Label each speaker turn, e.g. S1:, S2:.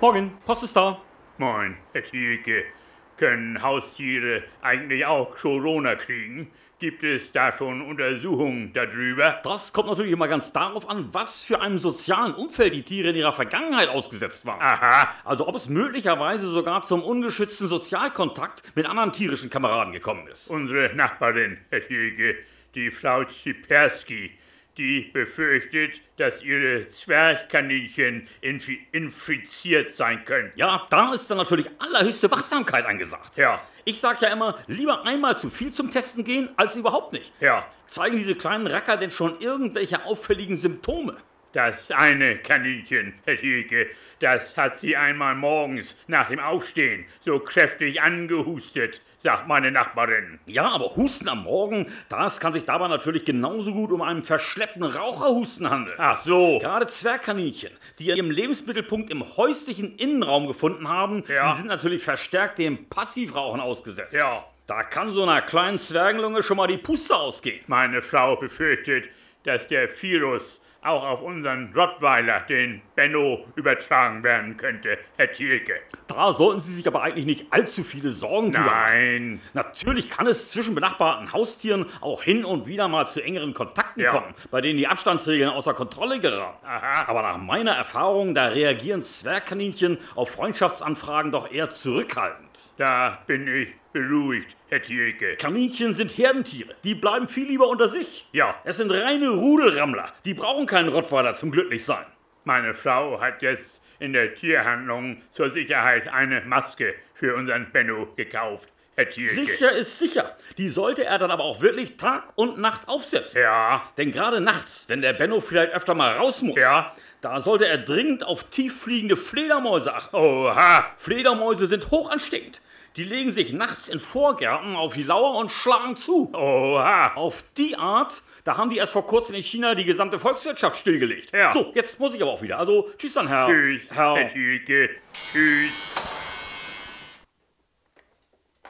S1: Morgen, Post ist da.
S2: Moin, Herr Thielke. Können Haustiere eigentlich auch Corona kriegen? Gibt es da schon Untersuchungen darüber?
S1: Das kommt natürlich immer ganz darauf an, was für einem sozialen Umfeld die Tiere in ihrer Vergangenheit ausgesetzt waren.
S2: Aha,
S1: Also ob es möglicherweise sogar zum ungeschützten Sozialkontakt mit anderen tierischen Kameraden gekommen ist.
S2: unsere Nachbarin, Herr Thielke, die Frau Ziperski, die befürchtet, dass ihre Zwergkaninchen infi infiziert sein können.
S1: Ja, da ist dann natürlich allerhöchste Wachsamkeit angesagt.
S2: Ja,
S1: Ich sag ja immer, lieber einmal zu viel zum Testen gehen, als überhaupt nicht.
S2: ja,
S1: Zeigen diese kleinen Racker denn schon irgendwelche auffälligen Symptome?
S2: das eine Kaninchen, Herr Thielke, das hat sie einmal morgens nach dem Aufstehen so kräftig angehustet, sagt meine Nachbarin.
S1: Ja, aber Husten am Morgen, das kann sich dabei natürlich genauso gut um einen verschleppten Raucherhusten handeln.
S2: Ach so,
S1: Gerade Zwergkaninchen, die ihren Lebensmittelpunkt im häuslichen Innenraum gefunden haben,
S2: Ja.
S1: die sind natürlich verstärkt dem Passivrauchen ausgesetzt.
S2: ja.
S1: Da kann so einer kleinen Zwergenlunge schon mal die Puste ausgehen.
S2: Meine Frau befürchtet, dass der Virus auch auf unseren Rottweiler, den Benno, übertragen werden könnte, Herr Thielke.
S1: Da sollten Sie sich aber eigentlich nicht allzu viele Sorgen drüber machen.
S2: Nein,
S1: Natürlich kann es zwischen benachbarten Haustieren auch hin und wieder mal zu engeren Kontakten
S2: Ja.
S1: kommen, bei denen die Abstandsregeln außer Kontrolle geraten.
S2: Aha.
S1: Aber nach meiner Erfahrung, da reagieren Zwergkaninchen auf Freundschaftsanfragen doch eher zurückhaltend.
S2: da bin ich beruhigt, Herr Thielke.
S1: Kaninchen sind Herdentiere, die bleiben viel lieber unter sich.
S2: Ja,
S1: Es sind reine Rudelrammler, die brauchen keinen Rottweiler zum Glücklichsein.
S2: meine Frau hat jetzt in der Tierhandlung zur Sicherheit eine Maske für unseren Benno gekauft, Herr Thielke.
S1: Sicher ist sicher, die sollte er dann aber auch wirklich Tag und Nacht aufsetzen.
S2: Ja,
S1: Denn gerade nachts, wenn der Benno vielleicht öfter mal raus muss,
S2: Ja.
S1: da sollte er dringend auf tieffliegende Fledermäuse achten.
S2: oha,
S1: Fledermäuse sind hochansteckend. Die legen sich nachts in Vorgärten auf die Lauer und schlagen zu.
S2: oha.
S1: Auf die Art, da haben die erst vor kurzem in China die gesamte Volkswirtschaft stillgelegt.
S2: Ja.
S1: So, jetzt muss ich aber auch wieder. Also, tschüss dann, Herr.
S2: Tschüss,
S1: Herr.
S2: Herr Thielke. Tschüss.